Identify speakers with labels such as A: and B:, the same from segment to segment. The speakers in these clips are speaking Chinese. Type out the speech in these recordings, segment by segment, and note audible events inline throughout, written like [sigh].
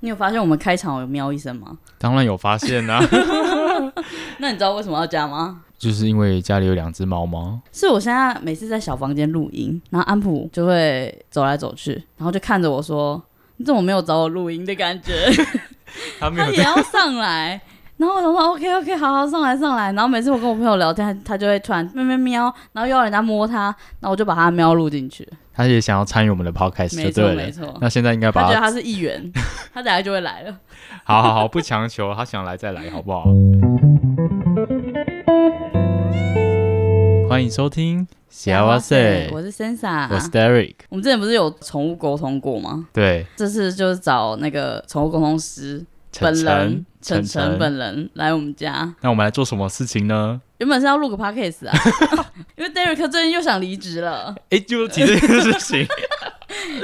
A: 你有发现我们开场有喵一声吗？
B: 当然有发现
A: [laughs]
B: 啊啦、
A: 那你知道为什么要加吗？
B: 就是因为家里有两只猫吗？
A: 是我现在每次在小房间录音，然后安普就会走来走去，然后就看着我说：“你怎么没有找我录音的感 [laughs] 觉？”
B: 它没
A: 他
B: 有
A: 也
B: 在，
A: 要上来。然后我想说 OK OK 好好上来上来，然后每次我跟我朋友聊天，他他就会突然喵喵喵，然后又要人家摸他，然后我就把他的喵录进去。
B: 它也想要参与我们的 podcast，
A: 没
B: 就
A: 错
B: 对
A: 没
B: 了。
A: 错，
B: 那现在应该
A: 他
B: 把
A: 觉得
B: 它
A: 他是议员，他等下就会来了。
B: 好好好，不强求，它想来再来，好不好？欢迎收听《小塞
A: 啊哦我》，是
B: 我是
A: Sensa。
B: Derek。
A: 我们之前不是有宠物沟通过吗？
B: 对，
A: 这次就是找那个宠物沟通师
B: 晨
A: 本人
B: 晨，
A: 晨晨
B: 晨。
A: 本人来我们家。
B: 那我们来做什么事情呢？
A: 原本是要录个 podcast 啊， [laughs] 因为 Derek 最近又想离职了。
B: 哎，就提这件事情，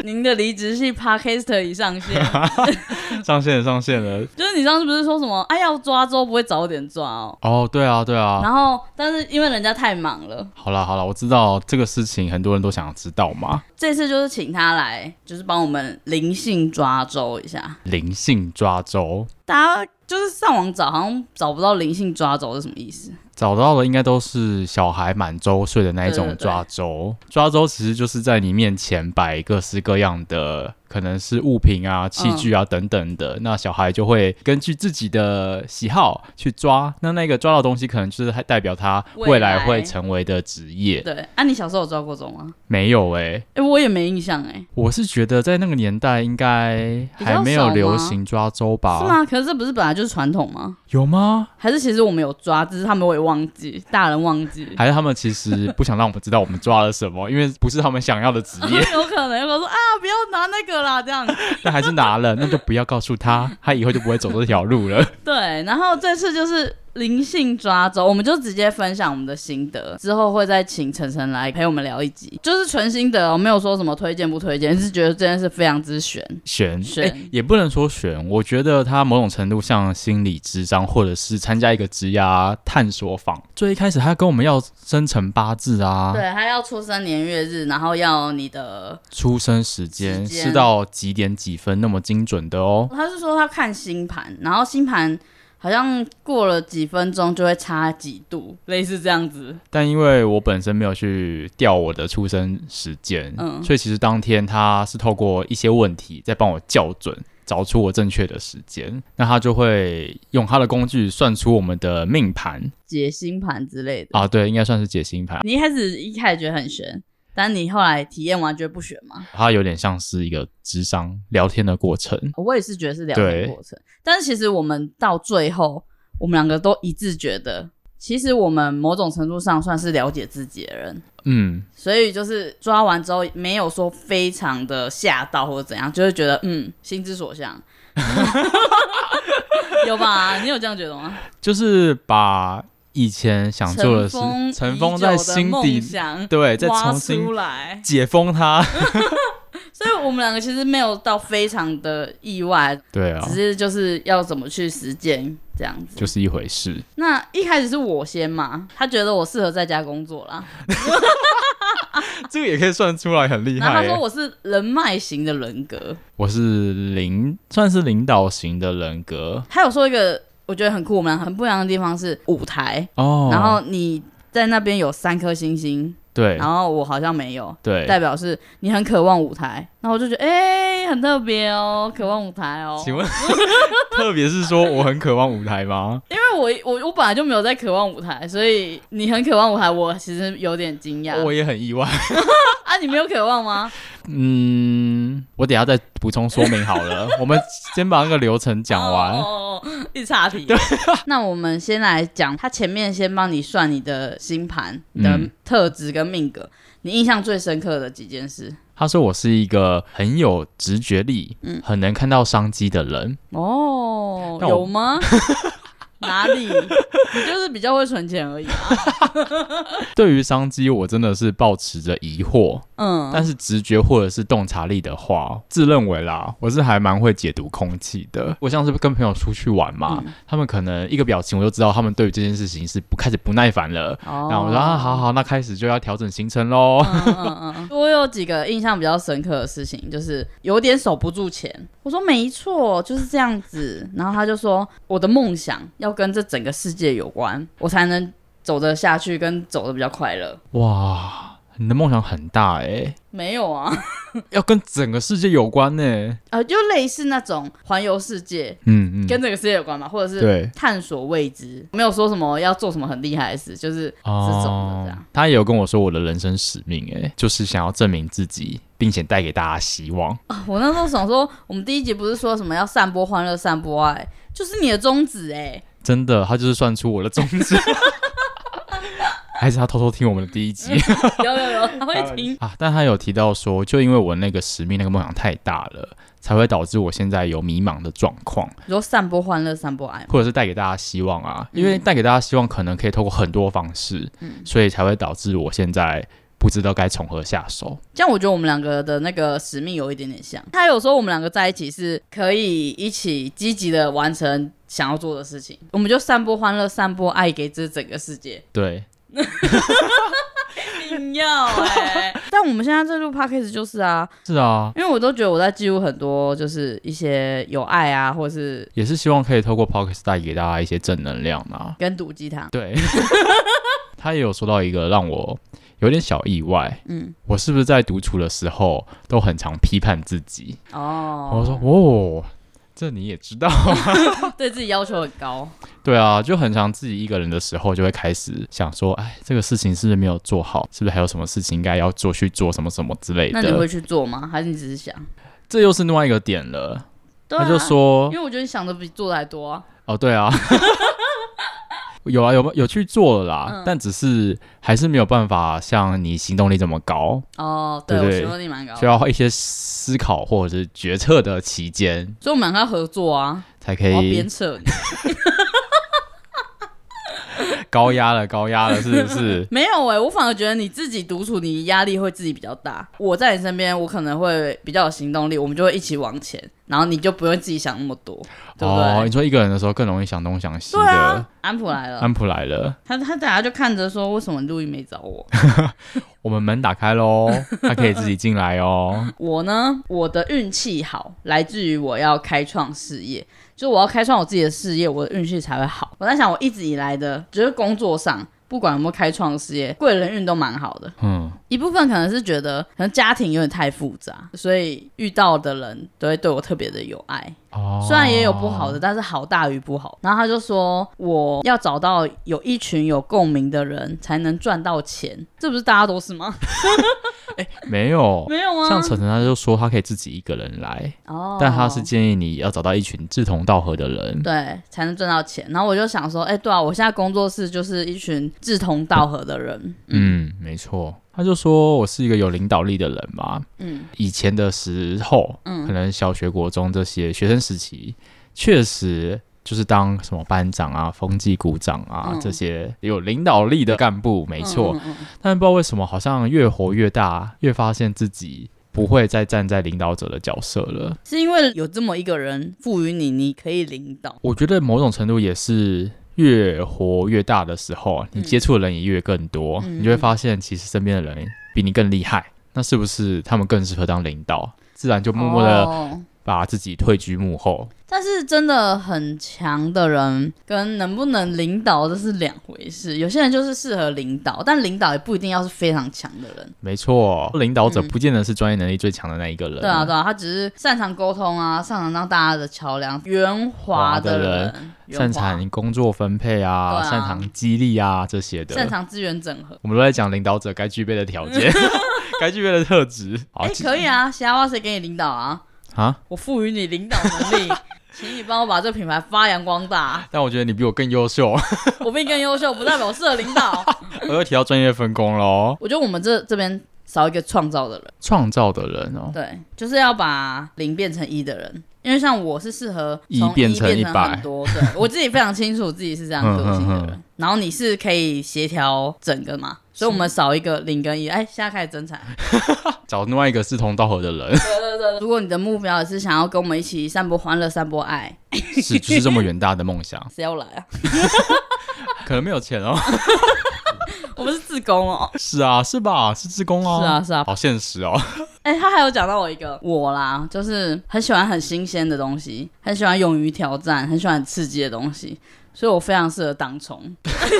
A: 您的离职系 podcaster 已上线，
B: [laughs] 上线了，上线了。
A: 就是你上次不是说什么哎要抓周不会早点抓哦，
B: 哦，对啊，对啊。
A: 然后但是因为人家太忙了，
B: 好啦好啦，我知道这个事情很多人都想知道嘛。
A: 这次就是请他来，就是帮我们灵性抓周一下。
B: 灵性抓周，
A: 大家就是上网找，好像找不到灵性抓周是什么意思。
B: 找到的应该都是小孩满周岁的那一种抓周。抓周其实就是在你面前摆各式各样的，可能是物品啊、器具啊、等等
A: 嗯
B: 的。那小孩就会根据自己的喜好去抓。那那个抓到的东西，可能就是还代表他未来
A: 未来
B: 会成为的职业。
A: 对，啊，你小时候有抓过周吗？
B: 没有诶、
A: 哎、我也没印象哎、
B: 我是觉得在那个年代应该还没有流行抓周
A: 是
B: 吧？
A: 吗？可是这不是本来就是传统吗？
B: 有吗？
A: 还是其实我们有抓，只是他们我也忘记，大人忘记。
B: 还是他们其实不想让我们知道我们抓了什么，因为不是他们想要的职业。
A: 有可能，有可能说啊，不要拿那个啦，这样。 [laughs]
B: 但还是拿了，那就不要告诉他，他以后就不会走这条
A: [laughs]
B: 路了。
A: 对，然后这次就是灵性抓周，我们就直接分享我们的心得，之后会再请晨晨来陪我们聊一集，就是纯心得哦，没有说什么推荐不推荐，是觉得这件事非常之悬。
B: 选，
A: 选
B: 诶也不能说选，我觉得他某种程度像心理智商，或者是参加一个职涯探索坊。最一开始他跟我们要生辰八字啊，
A: 对，还要出生年月日，然后要你的，
B: 出生时间
A: 时间
B: 是到几点几分，那么精准的哦。
A: 他是说他看星盘，然后星盘。好像过了几分钟就会差几度，类似这样子。
B: 但因为我本身没有去调我的出生时间，
A: 嗯
B: 所以其实当天他是透过一些问题在帮我校准。找出我正确的时间，那他就会用他的工具算出我们的命盘
A: 解星盘之类的。
B: 啊，对，应该算是解星盘，
A: 你一开始一开始觉得很悬，但你后来体验完觉得不悬吗？
B: 它有点像是一个智商聊天的过程。
A: 我也是觉得是聊天
B: 对
A: 过程，但是其实我们到最后，我们两个都一致觉得，其实我们某种程度上算是了解自己的人，
B: 嗯，
A: 所以就是抓完之后没有说非常的吓到或者怎样，就会觉得嗯，心之所向， [laughs] 有吧？你有这样觉得吗？
B: 就是把以前想做的事，尘封
A: 已
B: 在
A: 久
B: 心
A: 的梦
B: 底，
A: 想
B: 对，再
A: 挖
B: 重新
A: 出来，
B: 解封它。
A: 所以我们两个其实没有到非常的意外，
B: 对啊
A: 只，是就是要怎么去实践这样子。
B: 就是一回事。
A: 那一开始是我先嘛，他觉得我适合在家工作啦，
B: [laughs] 这个也可以算出来，很厉
A: 然后他
B: 害耶。
A: 说我是人脉型的人格，
B: 我是领，算是领导型的人格
A: 他有说一个我觉得很酷，我们俩很不一样的地方是舞台，
B: 哦。
A: 然后你在那边有三颗星星，
B: 对
A: 然后我好像没有。代
B: 对，
A: 表是你很渴望舞台，然后我就觉得哎、很特别哦，渴望舞台哦。
B: 请问， [laughs] 特别是说我很渴望舞台吗？
A: 因为我我我本来就没有在渴望舞台，所以你很渴望舞台，我其实有点惊讶。
B: 我也很意外。
A: 啊，你没有渴望吗？
B: 嗯，我等一下再补充说明好
A: [laughs]
B: 了。我们先把那个流程 [laughs] 讲完。
A: 哦哦哦哦一直岔题。那我们先来讲，他前面先帮你算你的星盘你的
B: 嗯
A: 特质跟命格，你印象最深刻的几件事。
B: 他说我是一个很有直觉力，
A: 嗯
B: 很能看到商机的人。
A: 哦，
B: 但我
A: 有吗？ [laughs] 哪里？你就是比较会存钱而已啊。
B: 对于商机，我真的是抱持着疑惑。
A: 嗯，
B: 但是直觉或者是洞察力的话，自认为啦，我是还蛮会解读空气的。我像是跟朋友出去玩嘛，
A: 嗯
B: 他们可能一个表情，我就知道他们对于这件事情是不开始不耐烦了。
A: 哦
B: 然后我说啊，好好，那开始就要调整行程喽。
A: 嗯嗯嗯嗯，我有几个印象比较深刻的事情，就是有点守不住钱。我说没错，就是这样子。然后他就说，我的梦想要跟这整个世界有关，我才能走得下去，跟走得比较快乐。
B: 哇，你的梦想很大哎、
A: 没有啊，
B: 要跟整个世界有关呢、
A: 啊，就类似那种环游世界，
B: 嗯嗯，
A: 跟这个世界有关嘛，或者是
B: 对。
A: 探索未知，没有说什么要做什么很厉害的事，就是这种的这样。
B: 哦他也有跟我说我的人生使命、欸，就是想要证明自己，并且带给大家希望。
A: 啊我那时候想说，我们第一集不是说什么要散播欢乐、散播爱，就是你的宗旨哎、
B: 真的，他就是算出我的宗旨。还是他偷偷听我们的第一集
A: 有有有，他会听。
B: [laughs] 啊？但他有提到说，就因为我那个使命、那个梦想太大了，才会导致我现在有迷茫的状况，
A: 你说散播欢乐，散播爱嘛，
B: 或者是带给大家希望啊。因为带给大家希望，可能可以透过很多方式，所以才会导致我现在不知道该从何下手。
A: 这样我觉得我们两个的那个使命有一点点像。他有时候我们两个在一起是可以一起积极的完成想要做的事情，我们就散播欢乐，散播爱给这整个世界。
B: 对，
A: 硬要哎、 [laughs] 但我们现在这录 podcast 就是啊，
B: 是啊，
A: 因为我都觉得我在记录很多，就是一些有爱啊，或是
B: 也是希望可以透过 p o c k e t 带给大家一些正能量啊。
A: 跟毒鸡汤。
B: 对， [laughs] 他也有说到一个让我有点小意外，
A: 嗯，
B: 我是不是在独处的时候都很常批判自己？我
A: 哦，
B: 说哦，这你也知道，哦 [laughs]
A: 对自己要求很高。
B: 对啊，就很常自己一个人的时候就会开始想说，哎，这个事情是不是没有做好？是不是还有什么事情应该要做去做什么什么之类
A: 那你会
B: 的？
A: 去做吗？还是你只是想？
B: 这又是另外一个点了。
A: 对啊，
B: 他就说
A: 因为我觉得你想的比做的还多啊。
B: 哦，对啊， [laughs] 有啊，有有去做了啦，
A: 嗯
B: 但只是还是没有办法像你行动力这么高，
A: 哦，对，
B: 对
A: 我
B: 对
A: 询问力蛮高的
B: 需要一些思考或者是决策的期间
A: 所以我们两个要合作啊，
B: 才
A: 我
B: 可
A: 要
B: 以
A: 鞭。策你。？
B: 高压了，高压了，是不是
A: [laughs] 没有哎、我反而觉得你自己独处，你压力会自己比较大。我在你身边，我可能会比较有行动力，我们就会一起往前，然后你就不用自己想那么多，对不
B: 哦，
A: 对？
B: 你说一个人的时候更容易想东想西
A: 对
B: 的
A: 啊。，安普来了，
B: 安普来了，
A: 他他等下就看着说，为什么录音没找我？ [laughs]
B: 我们门打开喽，他可以自己进来哦。
A: 我呢，我的运气好，来自于我要开创事业，就我要开创我自己的事业，我的运气才会好。我在想，我一直以来的，就是工作上，不管有没有开创事业，贵人运都蛮好的。
B: 嗯，
A: 一部分可能是觉得，可能家庭有点太复杂，所以遇到的人都会对我特别的有爱。
B: 哦，
A: 虽然也有不好的，但是好大于不好。然后他就说，我要找到有一群有共鸣的人，才能赚到钱。这不是大家都是吗？ [laughs]
B: 没有，
A: 没有啊，
B: 像晨晨他就说他可以自己一个人来，
A: 哦，
B: 但他是建议你要找到一群志同道合的人。
A: 对，才能赚到钱。然后我就想说，哎、对啊，我现在工作室就是一群志同道合的人。
B: 嗯，没错。他就说我是一个有领导力的人嘛。
A: 嗯
B: 以前的时候，
A: 嗯
B: 可能小学、国中这些学生时期，确实就是当什么班长啊、风纪股长啊、
A: 嗯
B: 这些有领导力的干部，没错。
A: 嗯嗯嗯
B: 但不知道为什么，好像越活越大，越发现自己不会再站在领导者的角色了。
A: 是因为有这么一个人赋予你，你可以领导。
B: 我觉得某种程度也是越活越大的时候，啊你
A: 嗯
B: 接触的人也越更多，
A: 嗯
B: 你就会发现其实身边的人比你更厉害，那是不是他们更适合当领导？自然就默默的
A: 哦
B: 把自己退居幕后。
A: 但是真的很强的人跟能不能领导这是两回事。有些人就是适合领导，但领导也不一定要是非常强的人。
B: 没错，领导者
A: 嗯
B: 不见得是专业能力最强的那一个人。
A: 对啊，对啊，他只是擅长沟通啊，擅长当大家的桥梁，圆滑的
B: 滑
A: 人，圆
B: 擅
A: 滑
B: 长工作分配啊，
A: 对啊
B: 擅长激励啊这些的。
A: 擅长资源整合。
B: 我们都在讲领导者该具备的条
A: [laughs]
B: 件，该具备的特 [laughs] 质。好
A: 哎、可以啊，瞎话谁给你领导啊？
B: 啊！
A: 我赋予你领导能力，
B: [laughs]
A: 请你帮我把这个品牌发扬光大。
B: 但我觉得你比我更优秀，
A: 我比你更优秀，不代表我适合领导。
B: [laughs] 我又提到专业分工喽。
A: 我觉得我们这这边少一个创造的人，
B: 创造的人哦，
A: 对，就是要把零变成一的人。因为像我是适合
B: 一
A: 从
B: 变
A: 变
B: 成一百
A: 很多，
B: [laughs]
A: 对我自己非常清楚自己是这样个性的人。
B: 嗯嗯嗯
A: 然后你是可以协调整个嘛，所以我们少一个零跟一，哎，现在开始
B: [laughs]
A: 增产。
B: 找另外一个志同道合的人，
A: 如果你的目标也是想要跟我们一起散播欢乐、散播爱，
B: [laughs] 是就是这么远大的梦想，
A: 谁要来啊？ [laughs]
B: 可能没有钱哦。 [laughs]
A: 我们是自工哦。
B: 是啊，是吧？是志工哦。
A: 是啊，，是啊，
B: 好现实哦。
A: 哎、他还有讲到我一个我啦，就是很喜欢很新鲜的东西，很喜欢勇于挑战，很喜欢很刺激的东西，所以我非常适合当冲， [laughs]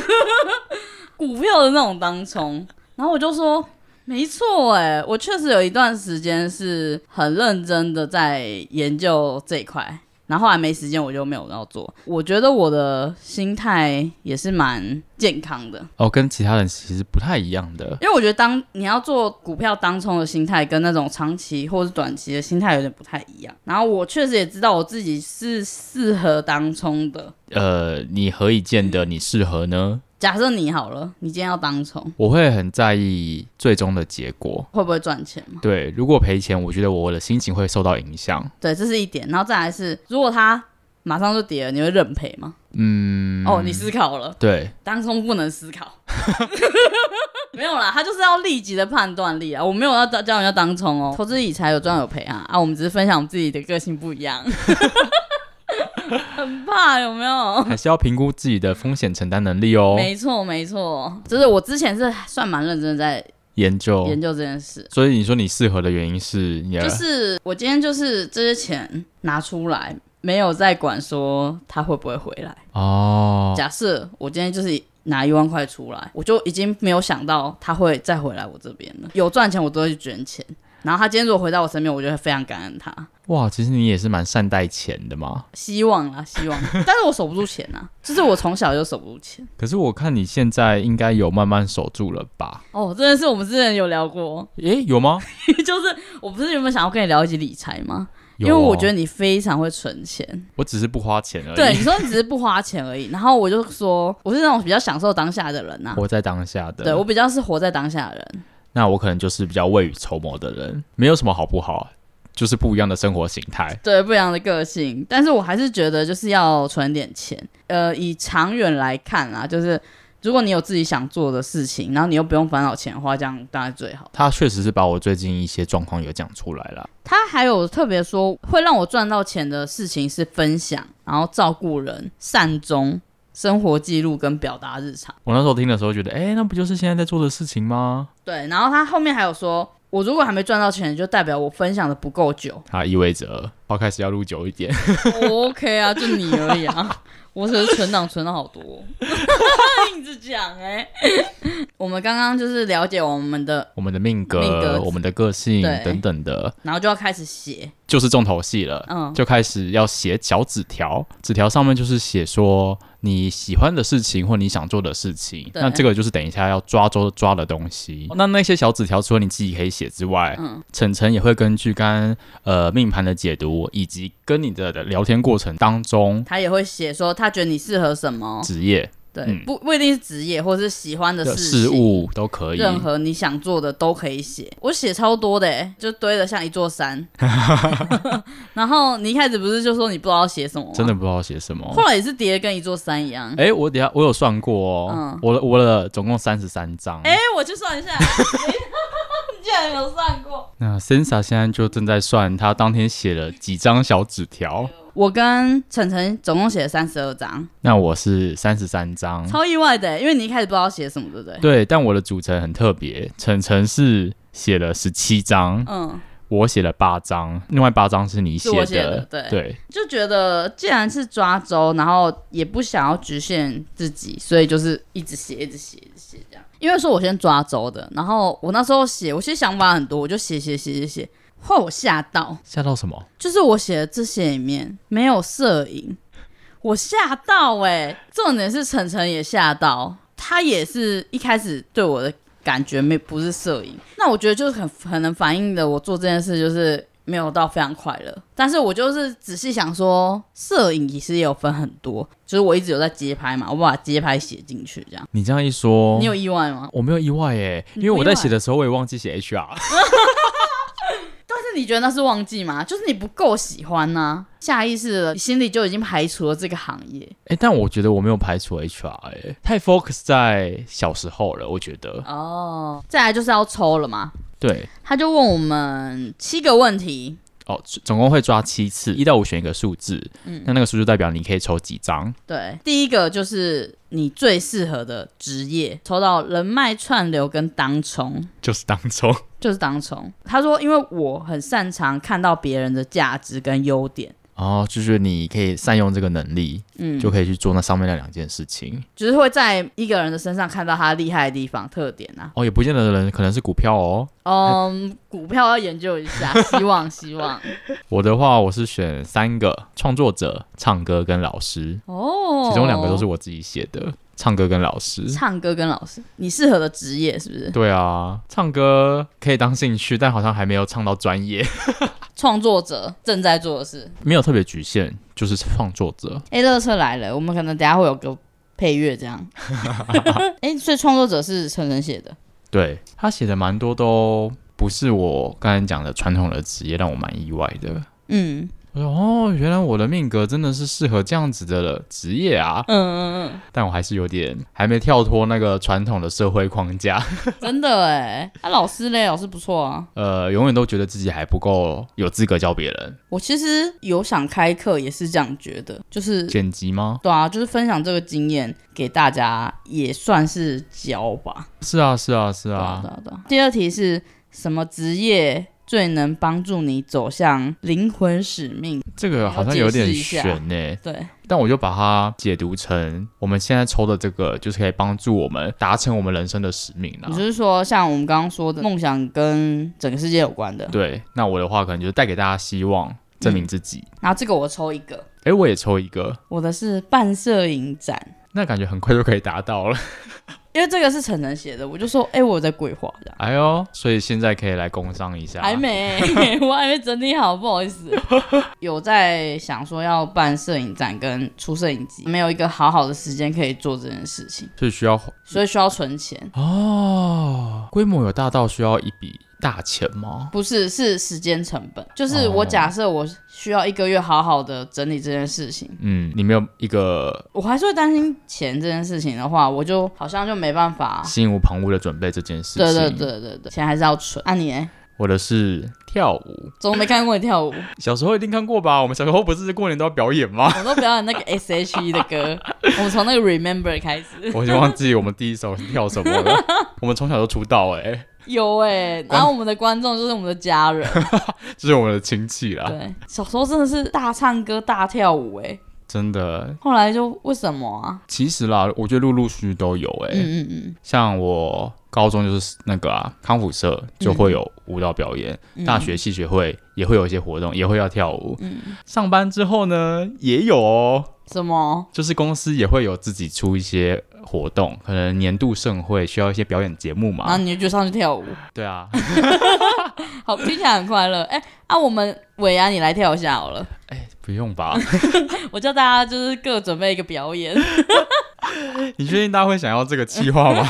A: 股票的那种当冲。然后我就说，没错，哎，我确实有一段时间是很认真的在研究这一块。然后后来没时间，我就没有要做。我觉得我的心态也是蛮健康的，
B: 哦，跟其他人其实不太一样的。
A: 因为我觉得当你要做股票当冲的心态，跟那种长期或是短期的心态有点不太一样。然后我确实也知道我自己是适合当冲的。
B: 呃，你何以见得你适合呢？
A: 假设你好了，你今天要当冲，
B: 我会很在意最终的结果。
A: 会不会赚钱嘛？
B: 对，如果赔钱，我觉得我的心情会受到影响。
A: 对，这是一点。然后再来是，如果它马上就跌了，你会认赔吗？嗯，哦，你思考了，
B: 对，
A: [laughs] 当冲不能思考。 [laughs] 没有啦，他就是要立即的判断力啊！我没有要教教人家当冲哦，投资理财有赚有赔啊啊！我们只是分享我们自己的个性不一样， [laughs] 很怕有没有？
B: 还是要评估自己的风险承担能力哦。
A: 没错没错，就是我之前是算蛮认真的在
B: 研究
A: 研究这件事，
B: 所以你说你适合的原因是你的，
A: 就是我今天就是这些钱拿出来，没有再管说他会不会回来。
B: 哦，
A: 假设我今天就是拿一万块出来，我就已经没有想到他会再回来我这边了。有赚钱我都会去捐钱，然后他今天如果回到我身边，我就会非常感恩他。
B: 哇，其实你也是蛮善待钱的嘛。
A: 希望啦，希
B: [laughs]
A: 望，但是我守不住钱啊，就是我从小就守不住钱。
B: 可是我看你现在应该有慢慢守住了吧？
A: 哦，真的是我们之前有聊过， [laughs]
B: 诶，有吗？
A: 就是我不是原本想要跟你聊一集理财吗？因
B: 有啊
A: 为我觉得
B: 得
A: 你非常会存钱，
B: 我只是不花钱而已。
A: 对，你，说你只是不花钱而已，然后我就说我是那种比较享受当下的人呐、
B: 活在当下的。
A: 对我比较是活在当下的人，
B: 那我可能就是比较未雨绸缪的人，没有什么好不好，就是不一样的生活形态。
A: 对不一样的个性，但是我还是觉得就是要存点钱。呃，以长远来看啊，就是如果你有自己想做的事情，然后你又不用烦恼钱花，这样当然最好。
B: 他确实是把我最近一些状况有讲出来了。
A: 他还有特别说，会让我赚到钱的事情是分享，然后照顾人、善终、生活记录跟表达日常。
B: 我那时候听的时候觉得，诶，那不就是现在在做的事情吗？
A: 对，然后他后面还有说，我如果还没赚到钱，就代表我分享的不够久。
B: 它意味着抛开始要录久一点。 [laughs]
A: 我 OK 啊，就你而已啊。 [laughs] 我只是存档存了好多、硬是讲哎、 [laughs] 我们刚刚就是了解我们的，
B: 我们的命格、
A: 命格
B: 我们的个性
A: 对
B: 等等的，
A: 然后就要开始写，
B: 就是重头戏了。
A: 嗯，
B: 就开始要写小纸条，纸条上面就是写说你喜欢的事情或你想做的事情。
A: 对哦
B: 那这个就是等一下要抓周抓的东西。那那些小纸条除了你自己可以写之外，
A: 嗯
B: 晨晨也会根据刚呃命盘的解读以及跟你的聊天过程当中
A: 他也会写说他觉得你适合什么，
B: 职业
A: 对，
B: 嗯
A: 不不一定是职业或是喜欢的
B: 的
A: 事
B: 事
A: 情
B: 物都可以。
A: 任何你想做的都可以写。我写超多的、欸，就堆的像一座
B: [laughs]
A: 山。 [laughs] 然后你一开始不是就说你不知道写什么吗？
B: 真的，不知道写什么。
A: 后来也是叠的跟一座山一样。哎、
B: 哎、我等一下我有算过哦，
A: 嗯
B: 我的我的总共三十三张。
A: 哎我去算一下，你 [laughs] 竟然有算过。
B: 那 Sensa 现在就正在算他当天写了几张小纸条。
A: 我跟晨晨总共写了三十二张，
B: 那我是三十三张，
A: 超意外的、欸，因为你一开始不知道写什么，对不对？
B: 对，但我的组成很特别，晨晨是写了十七张，
A: 嗯，
B: 我写了八张，另外八张是你
A: 是
B: 写
A: 我
B: 的，
A: 写的，对，
B: 对，
A: 就觉得既然是抓周，然后也不想要局限自己，所以就是一直写，一直写，一直写这样。因为是我先抓周的，然后我那时候写，我其实想法很多，我就写写写写写，后来我吓到，
B: 吓到什么？
A: 就是我写的这些里面没有摄影，我吓到哎、重点是晨晨也吓到，他也是一开始对我的感觉没不是摄影，那我觉得就是很很能反映的，我做这件事就是没有到非常快乐，但是我就是仔细想说，摄影其实也有分很多，就是我一直有在街拍嘛，我把街拍写进去这样，
B: 你这样一说，
A: 你有意外吗？
B: 我没有意外耶，
A: 你
B: 因为
A: 不
B: 我
A: 意
B: 在
A: 外
B: 写的时候我也忘记写 HR，
A: 你觉得那是忘记吗？就是你不够喜欢呐、下意识的心里就已经排除了这个行业
B: 哎、但我觉得我没有排除 HR，哎、太 focus 在小时候了，我觉得。
A: 哦。再来就是要抽了嘛，
B: 对，
A: 他就问我们七个问题，
B: 哦，总共会抓七次，一到五选一个数字，那那个数就代表你可以抽几张。
A: 对，第一个就是你最适合的职业，抽到人脉串流跟当冲。
B: 就是当中，
A: 就是当冲，他说：“因为我很擅长看到别人的价值跟优点，
B: [laughs] 哦，就是你可以善用这个能力，
A: 嗯，
B: 就可以去做那上面那两件事情。
A: 只是会在一个人的身上看到他厉害的地方、特点啊。
B: 哦，也不见得人可能是股票哦。
A: 嗯，股票要研究一下，
B: [laughs]
A: 希望希望。
B: 我的话，我是选三个：创作者、唱歌跟老师，
A: 哦，
B: 其中两个都是我自己写的，唱歌跟老师。
A: 唱歌跟老师，你适合的职业是不是？
B: 对啊，唱歌可以当兴趣，但好像还没有唱到专业，
A: 创作者正在做的事。
B: 没有特别局限，就是创作者。
A: 哎，乐色来了，我们可能等一下会有个配乐这样。哎，所以创作者是晨晨写的，
B: 对他写的蛮多都不是我刚才讲的传统的职业，让我蛮意外的。
A: 嗯
B: 我说哦，原来我的命格真的是适合这样子的职业啊！
A: 嗯嗯
B: 但我还是有点还没跳脱那个传统的社会框架， [laughs]
A: 嗯，真的哎。那、老师嘞，老师不错啊。
B: 呃，永远都觉得自己还不够有资格教别人。
A: 我其实有想开课，也是这样觉得，就是
B: 剪辑吗？
A: 对啊，就是分享这个经验给大家，也算是教吧。
B: 是啊，是啊，是
A: 对
B: 啊。
A: 对啊对啊。第二题是什么职业最能帮助你走向灵魂使命？
B: 这个好像有
A: 你
B: 点
A: 要解释一下
B: 悬呢、
A: 对，
B: 但我就把它解读成我们现在抽的这个，就是可以帮助我们达成我们人生的使命啊啦
A: 你。就是说像我们刚刚说的梦想跟整个世界有关的。
B: 对，那我的话可能就是带给大家希望，证
A: 嗯
B: 明自己。
A: 然后这个我抽一个，
B: 诶，我也抽一个，
A: 我的是办摄影展，
B: 那感觉很快就可以达到了。 [laughs]
A: 因为这个是晨晨写的，我就说哎、我有在规划这样。
B: 哎呦，所以现在可以来工商一下。
A: 还没， [laughs] 我还没整理好，不好意思。 [laughs] 有在想说要办摄影展跟出摄影机，没有一个好好的时间可以做这件事情，
B: 所以需要
A: 所以需要存钱。
B: 哦，规模有大到需要一笔大钱吗？
A: 不是，是时间成本。就是我
B: 哦
A: 假设我需要一个月好好的整理这件事情，
B: 嗯，你没有一个
A: 我还是会担心钱这件事情的话，我就好像就没办法。
B: 心无旁骛的准备这件事情。
A: 对对，对对对，钱还是要存。啊你呢，
B: 我的是跳舞，
A: 怎么没看过你跳舞？
B: 小时候一定看过吧？我们小时候不是过年都要表演吗？
A: 我都表演那个 S H E 的
B: [laughs]
A: 歌，我们从那个 Remember 开始。
B: 我已经忘记我们第一首是跳什么了。
A: [laughs]
B: 我们从小就出道哎、
A: 有哎、
B: 嗯
A: 然后我们的观众就是我们的家
B: [laughs]
A: 人，
B: 就是我们的亲戚啦。
A: 对，小时候真的是大唱歌大跳舞哎、
B: 真的，
A: 后来就为什么啊？
B: 其实啦，我觉得陆陆续续都有哎、
A: 嗯嗯嗯
B: 像我高中就是那个啊康复社就会有舞蹈表演，
A: 嗯，
B: 大学戏学会也会有一些活动，也会要跳舞。
A: 嗯
B: 上班之后呢，也有哦，
A: 什么？
B: 就是公司也会有自己出一些活动，可能年度盛会需要一些表演节目
A: 然后
B: 嘛。
A: 你就上去跳舞，
B: 对啊， [laughs]
A: 好，听起来很快乐。 [laughs] 哎、啊，我们伟阳你来跳一下好了，
B: 不用吧？ [laughs]
A: 我叫大家就是各准备一个表演， [laughs]
B: 你确定大家会想要这个计
A: [laughs]
B: 划吗？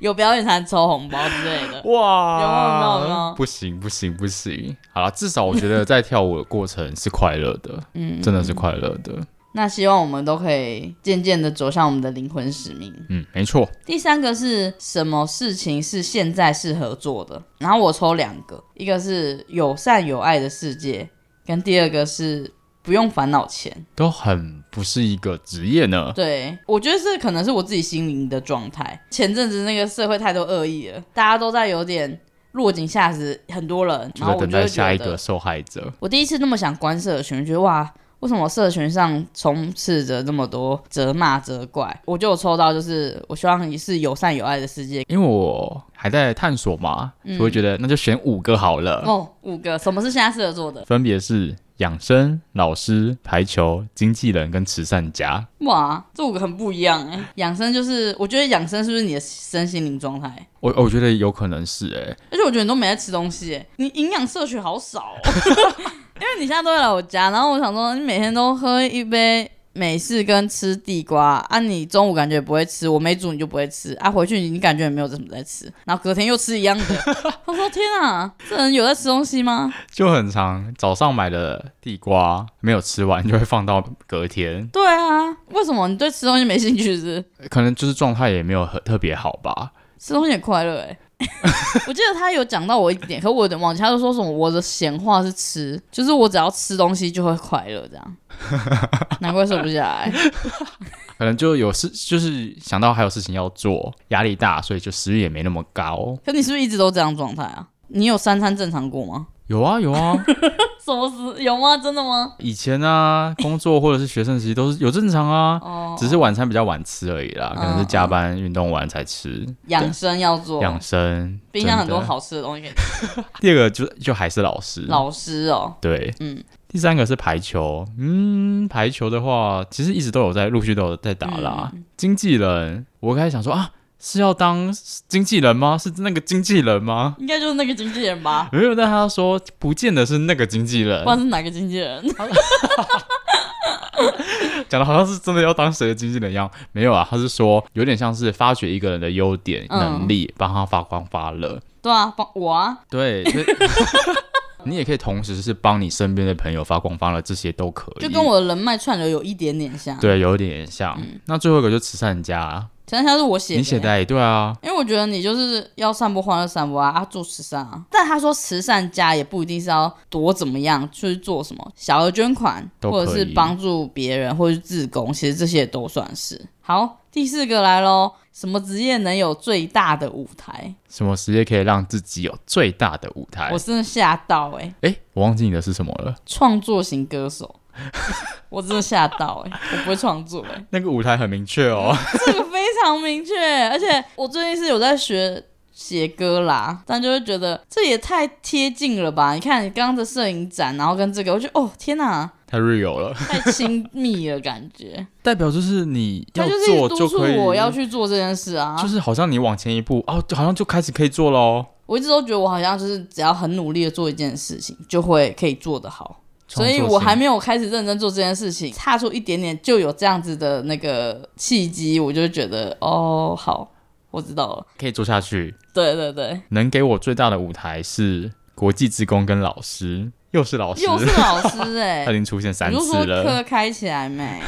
A: 有表演才能抽红包之类的。
B: 哇，
A: 有没有有没有
B: 不行不行不行！好了，至少我觉得在跳舞的过程是快乐的，
A: 嗯，
B: 真的是快乐的。
A: 那希望我们都可以渐渐的走向我们的灵魂使命。
B: 嗯，没错。
A: 第三个是什么事情是现在适合做的？然后我抽两个，一个是友善有爱的世界，跟第二个是不用烦恼钱。
B: 都很不是一个职业呢。
A: 对我觉得这可能是我自己心灵的状态。前阵子那个社会太多恶意了，大家都在有点落井下石，很多人，然
B: 就在
A: 后我
B: 等
A: 就会
B: 待
A: 觉
B: 下一
A: 得
B: 个，受害者，
A: 我第一次那么想关社群，觉得哇。为什么社群上充斥着这么多责骂责怪？我就有抽到，就是我希望是友善有爱的世界，
B: 因为我还在探索嘛，所以我觉得那就选五个好了，
A: 嗯哦，五个，什么是现在适合做的？
B: 分别是养生、老师、排球、经纪人跟慈善家。
A: 哇，这五个很不一样哎、养生就是，我觉得养生是不是你的身心灵状态？
B: 我我觉得有可能是哎、
A: 而且我觉得你都没在吃东西、欸，你营养摄 [laughs] 取好少、哦。因为你现在都会来我家，然后我想说，你每天都喝一杯美式跟吃地瓜啊，你中午感觉不会吃，我没煮你就不会吃啊，回去你感觉也没有怎么在吃，然后隔天又吃一样的。 [laughs] 我说天啊，这人有在吃东西吗？
B: 就很长。早上买的地瓜没有吃完，就会放到隔天，
A: 对啊，为什么你对吃东西没兴趣是不是？
B: 可能就是状态也没有很特别好吧。
A: 吃东西很快乐哎、
B: [laughs]
A: 我记得他有讲到我一点，可我有点忘记，他就说什么我的闲话是吃，就是我只要吃东西就会快乐这
B: [laughs]
A: 样，难怪瘦不下来。
B: 可能就有事，就是想到还有事情要做，压力大，所以就食欲也没那么高。
A: 可你是不是一直都这样状态啊？你有三餐正常过吗？
B: 有啊有啊，
A: 什么时有吗？真的吗？
B: 以前啊，工作或者是学生时期都是有正常啊，
A: 哦，嗯
B: 只是晚餐比较晚吃而已啦，可能是加班运动完才吃。
A: 养生要做，
B: 养生，
A: 嗯冰箱
B: 真
A: 很多
B: 的。
A: 好吃的东西可以
B: 第二个就就还是老师，
A: 老师哦，
B: 对，
A: 嗯，
B: 第三个是排球，嗯，排球的话，其实一直都有在陆续都有在
A: 嗯
B: 打啦。经纪人，我开始想说啊，是要当经纪人吗？是那个经纪人吗？
A: 应该就是那个经纪人吧？
B: 没有，但他说不见得是那个经纪人
A: 不，管是哪个经纪人， [laughs]
B: 讲的好像是真的要当谁的经纪人一样。没有啊，他是说有点像是发掘一个人的优点、
A: 嗯
B: 能力，帮他发光发热。
A: 对啊，帮我啊，
B: 对， [laughs] 所以你也可以同时是帮你身边的朋友发光发热，这些都可以。
A: 就跟我的人脉串流有一点点像。，
B: 对有点像。那最后一个就慈善家，
A: 陈像是我写的，
B: 你写的也对啊。
A: 因为我觉得你就是要散播欢乐，散播啊，啊做慈善啊。但他说慈善家也不一定是要多怎么样，就是做什么小额捐款，
B: 都
A: 或者
B: 可
A: 是
B: 以
A: 帮助别人，或者是自工，其实这些都算是。好，第四个来喽，什么职业能有最大的舞台？
B: 什么职业可以让自己有最大的舞台
A: 我？真的吓到哎、
B: 哎、我忘记你的是什么了。
A: 创作型歌手。我真的吓到哎、我不会创作哎、
B: 那个舞台很明确哦。 [laughs]
A: 这个非常明确，而且我最近是有在学写歌啦，但就会觉得这也太贴近了吧？你看你刚刚的摄影展，然后跟这个，我觉得哦天哪，
B: 太 real 了，
A: 太亲密了，感觉。
B: 代表就是你
A: 他
B: [laughs] 要
A: 就是
B: 做
A: 督
B: 就
A: 促
B: 可以，
A: 我要去做这件事啊，
B: 就是好像你往前一步哦，就好像就开始可以做喽。
A: 我一直都觉得我好像就是只要很努力的做一件事情，就会可以做得好。所以我还没有开始认真做这件事情，踏出一点点就有这样子的那个契机，我就觉得哦，好，我知道了。
B: 可以做下去，
A: 对对对，
B: 能给我最大的舞台是国际职工跟老师，又是老师，
A: 又是老师哎、
B: [laughs] 他已经出现
A: 我
B: 三
A: 就
B: 次
A: 说
B: 了。
A: 课开起来没？ [laughs]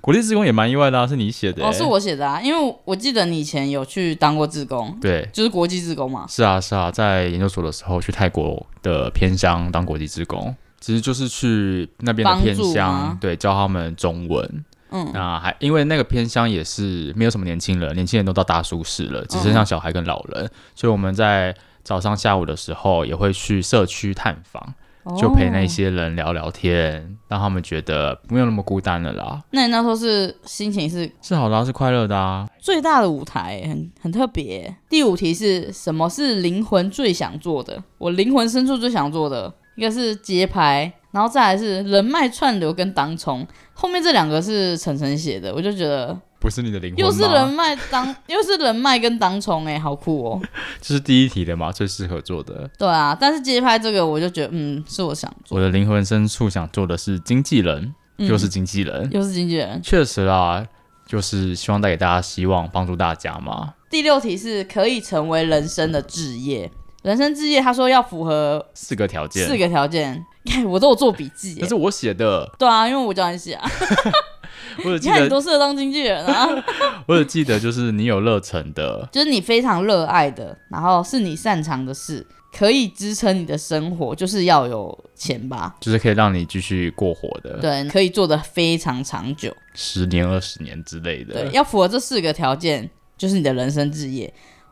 B: 国际职工也蛮意外的、啊，是你写的、
A: 哦，是。我写的啊，因为我记得你以前有去当过志工，
B: 对，
A: 就是国际志工嘛。
B: 是啊，是啊，在研究所的时候去泰国的偏乡当国际职工，其实就是去那边的偏
A: 帮助
B: 乡
A: 吗，
B: 对，教他们中文。
A: 嗯，
B: 那还因为那个偏乡也是没有什么年轻人，年轻人都到大都市了，只
A: 嗯
B: 剩下小孩跟老人，所以我们在早上、下午的时候也会去社区探访，就陪那
A: 哦。
B: 些人聊聊天，让他们觉得没有那么孤单了啦。
A: 那你那时候是心情是
B: 是好的、啊，是快乐的啊。
A: 最大的舞台，很很特别。第五题是什么是灵魂最想做的？我灵魂深处最想做的一个是节拍，然后再来是人脉串流跟当冲。后面这两个是晨晨写的，我就觉得
B: 不是你的灵魂
A: 又是
B: 吗
A: 人脉当又是人脉跟当冲哎、好酷哦。
B: 这是第一题的嘛，最适合做的。
A: 对啊，但是街拍这个我就觉得，嗯，是我想做
B: 我的灵魂深处想做的是经纪人，
A: 嗯
B: 又是经纪人，
A: 又是经纪人。
B: 确实啦，就是希望带给大家希望，帮助大家嘛。
A: 第六题是可以成为人生的置业，人生置业他说要符合
B: 四个条件，
A: 四个条件，看我都有做笔记耶
B: 那是。我写的，
A: 对啊，因为我叫你写啊，
B: 我只
A: 你
B: 记
A: 看
B: 得
A: 你多适合当经纪人啊， [laughs]
B: 我只记得就是你有热忱的，
A: 就是你非常热爱的，然后是你擅长的事，可以支撑你的生活，就是要有钱吧。
B: 就是可以让你继续过活的，
A: 对，可以做的非常长久。
B: 十年、二十年之类的。
A: 对，要符合这四个条件，就是你的人生置业。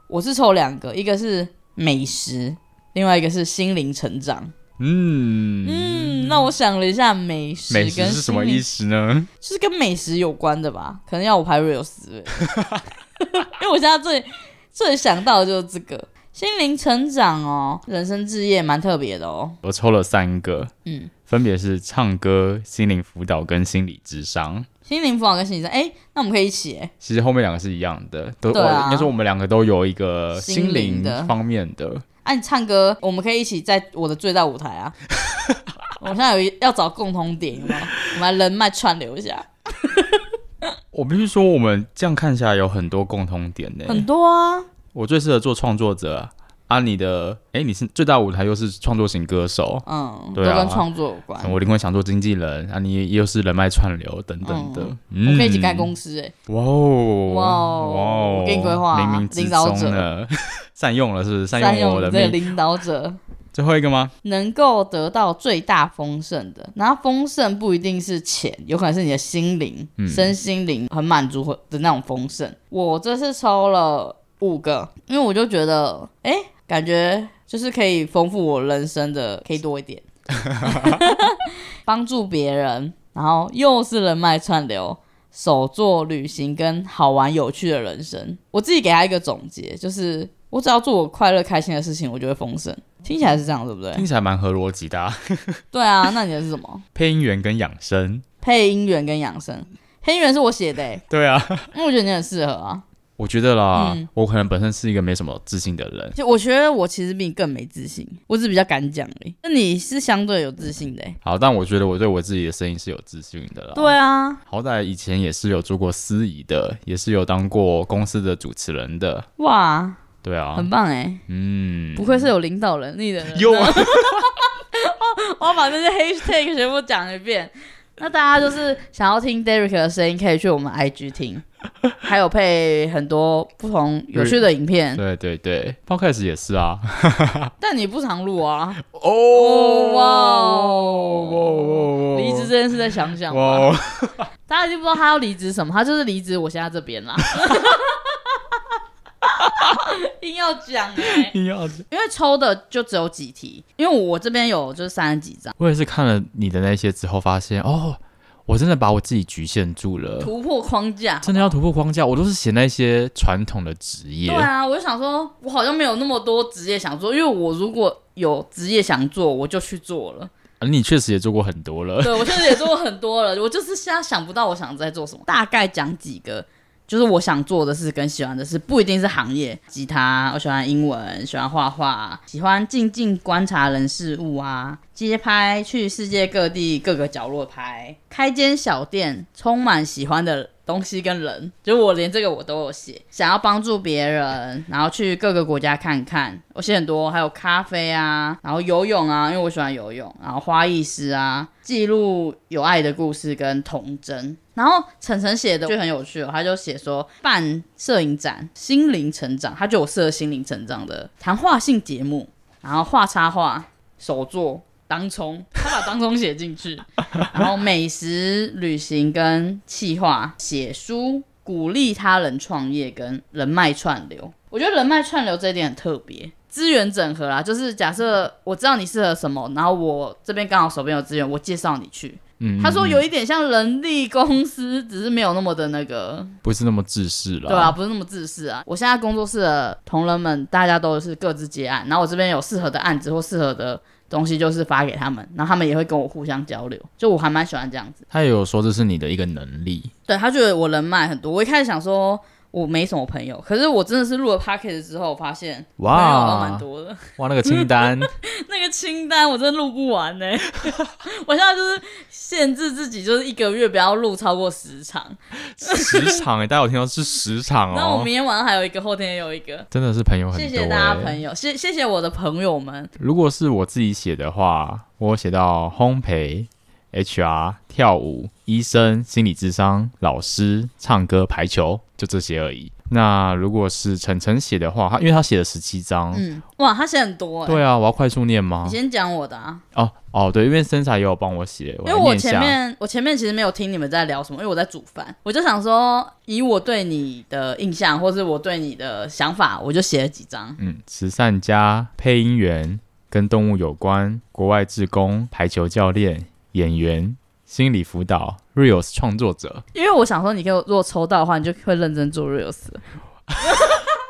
A: 我是抽两个，一个是美食，另外一个是心灵成长。
B: 嗯
A: 嗯，那我想了一下，美食
B: 美
A: 跟
B: 食是什么
A: 心灵
B: 意？思呢？
A: 就是跟美食有关的吧？可能要我拍 real 思， [laughs] 因为我现在最最想到的就是这个心灵成长哦，人生置业蛮特别的哦。
B: 我抽了三个，
A: 嗯，
B: 分别是唱歌、心灵辅导跟心理智商。
A: 心灵辅导跟心理上，哎，那我们可以一起哎，
B: 其实后面两个是一样的，都、
A: 对啊
B: 我应该说我们两个都有一个
A: 心
B: 心
A: 灵
B: 灵
A: 的
B: 方面的。 [laughs]
A: 啊，你唱歌，我们可以一起在我的最大舞台啊。我们现在有一要找共同点，有没有？我们来人脉串流一下，
B: 我必须说，我们这样看下来有很多共同点呢、
A: 很多啊。
B: 我最适合做创作者啊，啊你的哎、你是最大舞台又是创作型歌手，
A: 嗯，都
B: 对啊
A: 跟创作有关。
B: 我灵魂想做经纪人啊，你又是人脉串流等等的，嗯
A: 哦我们可以一起开公司哎、
B: 哇哦，
A: 哇哦我给你规划啊
B: 冥冥之
A: 领导
B: 中
A: 者
B: 呢， [laughs] 善用了是不是？善
A: 善
B: 用我
A: 用
B: 的
A: 你这个
B: 命。
A: 领导者
B: 最后一个吗？
A: 能够得到最大丰盛的，然后丰盛不一定是钱，有可能是你的心灵、
B: 嗯
A: 身心灵很满足或的那种丰盛。我这次抽了五个，因为我就觉得，哎、感觉就是可以丰富我人生的，可以多一点，帮助别人，然后又是人脉串流，手作、旅行跟好玩有趣的人生。我自己给他一个总结，就是我只要做我快乐开心的事情，我就会丰盛。听起来是这样，对不对？
B: 听起来蛮合逻辑的、啊， [laughs]
A: 对啊，那你的是什么？
B: 配音员跟养生。
A: [laughs] 配音员跟养生。配音员是我写的、欸，[laughs]
B: 对啊，
A: 因为我觉得你很适合啊。
B: 我觉得啦，
A: 嗯
B: 我可能本身是一个没什么自信的人，
A: 就我觉得我其实比你更没自信，我只是比较敢讲而已。那你是相对有自信的、欸，
B: 好，但我觉得我对我自己的声音是有自信的啦。
A: 对啊，
B: 好歹以前也是有做过司仪的，也是有当过公司的主持人的，
A: 哇，
B: 对啊
A: 很，棒哎、
B: 嗯，
A: 不愧是有领导能力
B: [laughs]
A: 的人。 [laughs]
B: 有啊，
A: 我要把这些 hashtag 全部讲一遍。那大家就是想要听 Derek 的声音，可以去我们 IG 听，还有配很多不同有趣的影片。
B: 对对对，Podcast 也是啊，
A: 但你不常录啊，
B: 哦
A: 哇
B: 哦
A: 离职这件事再想想吧。
B: 哇，哦
A: 大家已经不知道他要离职什么，他就是离职我现在这边 [laughs] 啦。硬要讲哎、
B: 一定 [laughs] 要
A: 因为抽的就只有几题，因为我这边有就是三十几张，
B: 我也是看了你的那些之后，发现哦，我真的把我自己局限住了，
A: 突破框架。
B: 真的要突破框架。我都是写那些传统的职业
A: 对，啊，我就想说，我好像没有那么多职业想做，因为我如果有职业想做，我就去做了。
B: 而啊你确实也做过很多了。
A: 对我确实也做过很多了，我就是现在想不到我想在做什么。大概讲几个，就是我想做的事跟喜欢的事，不一定是行业。吉他，我喜欢英文，喜欢画画，喜欢静静观察人事物啊。街拍，去世界各地各个角落拍，开间小店，充满喜欢的。东西跟人，就是我连这个我都有写，想要帮助别人，然后去各个国家看看，我写很多，还有咖啡啊，然后游泳啊，因为我喜欢游泳，然后花艺师啊，记录有爱的故事跟童真。然后晨晨写的就很有趣哦，他就写说办摄影展、心灵成长，他就有设心灵成长的谈话性节目，然后画插画、手作、当冲，他把当冲写进去，然后美食、旅行跟企划、写书、鼓励他人创业跟人脉串流。我觉得人脉串流这一点很特别，资源整合啦，就是假设我知道你适合什么，然后我这边刚好手边有资源，我介绍你去。
B: 嗯，
A: 他说有
B: 嗯
A: 一点像人力公司，只是没有那么的那个，
B: 嗯不是那么自私了，
A: 对啊，，不是那么自私啊。我现在工作室的同仁们，大家都是各自接案，然后我这边有适合的案子或适合的东西，就是发给他们，然后他们也会跟我互相交流，就我还蛮喜欢这样子。
B: 他也有说这是你的一个能力，
A: 对他觉得我人脉很多，我一开始想说我没什么朋友，可是我真的是录了 p o c k e t 之后，我发现朋友好像啊蛮
B: 哇
A: 多的。 [laughs]
B: 哇，那个清单，
A: 那个清单我真录不完呢、 [laughs] 我现在就是限制自己，就是一个月不要录超过十场。
B: 十场哎，大家有听到是十场
A: 那、我
B: 哦
A: 明，天晚上还有一个，后天也有一个。
B: 真的是朋友很多
A: 谢
B: 欸，哦
A: 谢大家朋友，谢谢谢我的朋友们。
B: 如果是我自己写的话，我有写到烘焙、HR、跳舞、医生、心理智商、老师、唱歌、排球，就这些而已。那如果是晨晨写的话，他因为他写了十七章，
A: 嗯，哇，他写很多、欸。
B: 对啊，我要快速念吗
A: 你？先讲我的啊，
B: 哦哦，对，因为森 a 也有帮我写，
A: 因
B: 来
A: 为我
B: 念一
A: 前
B: 下。
A: 面我前面其实没有听你们在聊什么，因为我在煮饭，我就想说以我对你的印象或是我对你的想法，我就写了几张。
B: 嗯，慈善家、配音员、跟动物有关、国外志工、排球教练、演员、心理辅导、Reels 创作者。
A: 因为我想说，你给我如果抽到的话，你就会认真做 reels。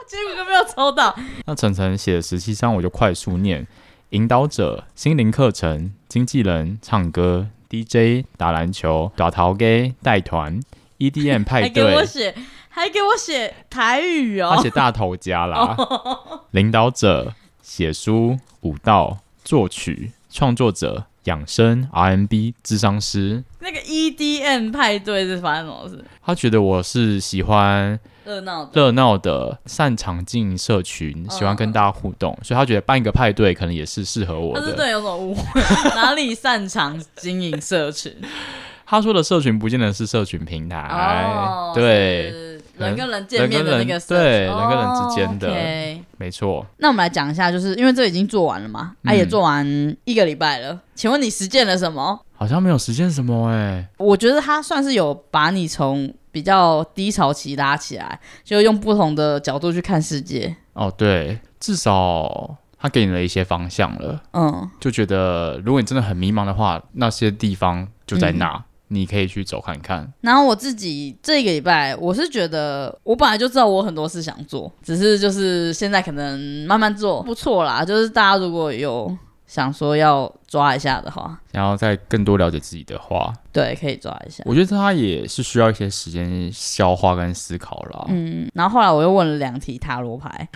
A: 结果都没有抽到，
B: 那晨晨写的十七章，我就快速念：引导者、心灵课程、经纪人、唱歌、DJ、打篮球、打桃 gay、带团、EDM 派
A: 还给我
B: 对。
A: 写，还给我写台语
B: 他
A: 哦。
B: 写大头家
A: [laughs]
B: 啦，领导者写书、舞蹈、作曲、创作者、养生、RMB、智商师。
A: 那个 EDM 派对是发生什么事？
B: 他觉得我是喜欢
A: 热闹的，
B: 热闹的、擅长经营社
A: 嗯
B: 群、喜欢跟大家互动，所以他觉得办一个派对可能也是适合我
A: 他是
B: 的。
A: 哦对你有种误会， [laughs] 哪里擅长经营社群？
B: 他说的社群不见得是社群平台
A: 哦，，
B: 哎对，
A: 是人跟人见面的那个
B: 人跟人对
A: search，
B: 人跟人
A: 哦
B: 之间的
A: OK
B: 没错。
A: 那我们来讲一下，就是因为这已经做完了嘛，啊，也
B: 嗯
A: 做完一个礼拜了，请问你实践了什么？
B: 好像没有实现什么哎、
A: 我觉得他算是有把你从比较低潮期拉起来，就用不同的角度去看世界。
B: 哦，对，至少他给你了一些方向了，
A: 嗯，
B: 就觉得如果你真的很迷茫的话，那些地方就在那，
A: 嗯
B: 你可以去走看看。
A: 然后我自己这个礼拜，我是觉得我本来就知道我有很多事想做，只是就是现在可能慢慢做，不错啦。就是大家如果有想说要抓一下的话，
B: 然后再更多了解自己的话，
A: 对，可以抓一下。
B: 我觉得他也是需要一些时间消化跟思考啦。
A: 嗯，然后后来我又问了两题塔罗牌，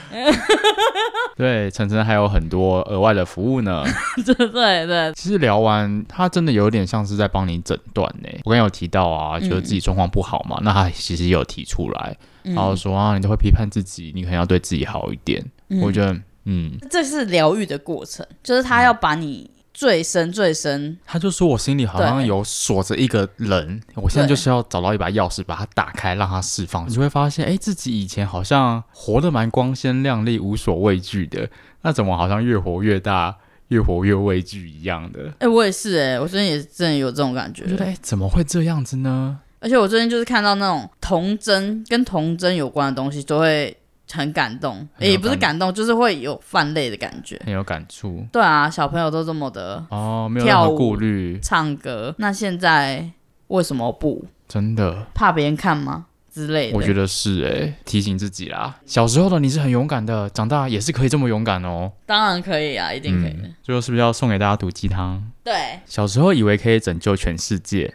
A: [laughs]
B: 对，晨晨还有很多额外的服
A: [laughs]
B: 务呢。
A: 对对对，
B: 其实聊完，他真的有点像是在帮你诊断呢。我刚刚有提到啊，就是自己状况不好嘛，那他其实也有提出来，
A: 嗯
B: 然后说啊，你都会批判自己，你可能要对自己好一点。我觉得，嗯，
A: 这是疗愈的过程，就是他要把你最深最深，
B: 他就说我心里好像
A: 对
B: 有锁着一个人，我现在就是要找到一把钥匙，把它打开，让它释放。你就会发现，哎，自己以前好像活得蛮光鲜亮丽、无所畏惧的，那怎么好像越活越大、越活越畏惧一样的？
A: 哎、我也是哎、我最近也真的有这种感觉
B: 我，觉得，哎，怎么会这样子呢？
A: 而且我最近就是看到那种童真跟童真有关的东西，就会很感动，
B: 很有
A: 也、不是
B: 感
A: 感动，就是会有泛泪的感觉。
B: 很有感触
A: 对啊，小朋友都这么的
B: 哦，没有任
A: 跳
B: 何
A: 舞
B: 顾虑，
A: 唱歌，那现在为什么不
B: 真的，
A: 怕别人看吗之类的？
B: 我觉
A: 得
B: 得是哎、提醒自己啦，小时候的你是很勇敢的，长大也是可以这么勇敢哦。
A: 当然可以啊，一定可以的。
B: 嗯，最后是不是要送给大家毒鸡汤？
A: 对，
B: 小时候以为可以拯救全世界，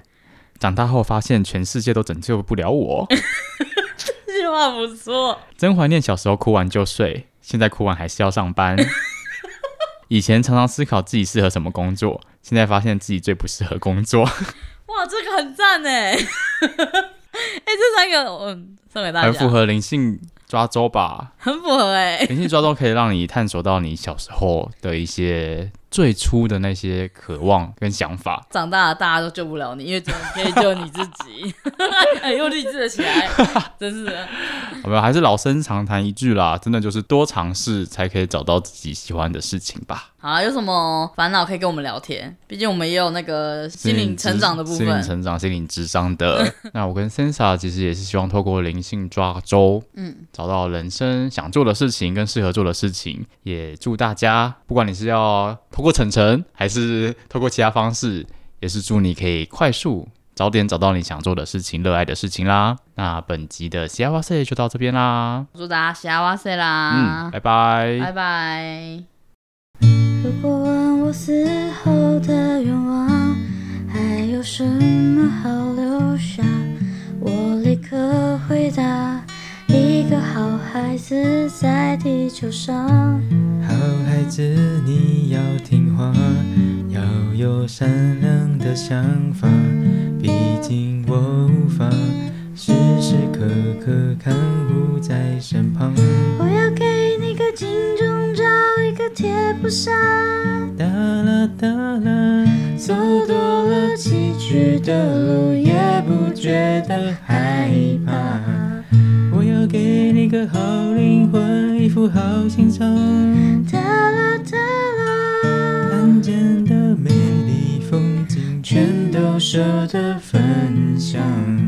B: 长大后发现全世界都拯救不
A: [laughs]
B: 了我。
A: 这句话不错。
B: 真怀念小时候哭完就睡，现在哭完还是要
A: [laughs]
B: 上班。以前常常思考自己适合什么工作，现在发现自己最不适合工作，
A: 哇，这个很赞 [laughs] 哎！哎、这三个嗯，送给大家，
B: 很符合灵性抓周吧。
A: 很符合哎、
B: 灵性抓周可以让你探索到你小时候的一些最初的那些渴望跟想法。
A: 长大了大家都救不了你，因为只有你可以救你自己。 [laughs] 哎又励志了起来，真是的。
B: 我们还是老生常谈一句啦，真的就是多尝试才可以找到自己喜欢的事情吧。
A: 好啊，有什么烦恼可以跟我们聊天，毕竟我们也有那个心灵成长的部
B: 心灵
A: 分。
B: 成长、心灵智商
A: [laughs]
B: 的。那我跟 Sensa 其实也是希望透过灵性抓周，嗯，找到人生想做的事情跟适合做的事情。也祝大家，不管你是要透过晨晨，还是透过其他方式，也是祝你可以快速。早点找到你想做的事情、热爱的事情啦。那本集的 C R Y C 就到这边啦，
A: 祝大家幸哇塞啦
B: 嗯，，拜拜
A: 拜拜。
C: 如果问我死后的愿望，还有什么好留下？我立刻回答：一个好孩子在地球上。
D: 好孩子，你要听话，要有善良的想法。毕竟我无法时时刻刻看护在身旁。
C: 我要给你个金钟罩，一个铁布衫，
D: 哒啦哒啦，
C: 走多了崎岖的路，也不觉得害怕。
D: 我要给你个好灵魂，一副好心肠。
C: 哒啦哒啦。
D: 看见的美丽风景，全都舍得分享。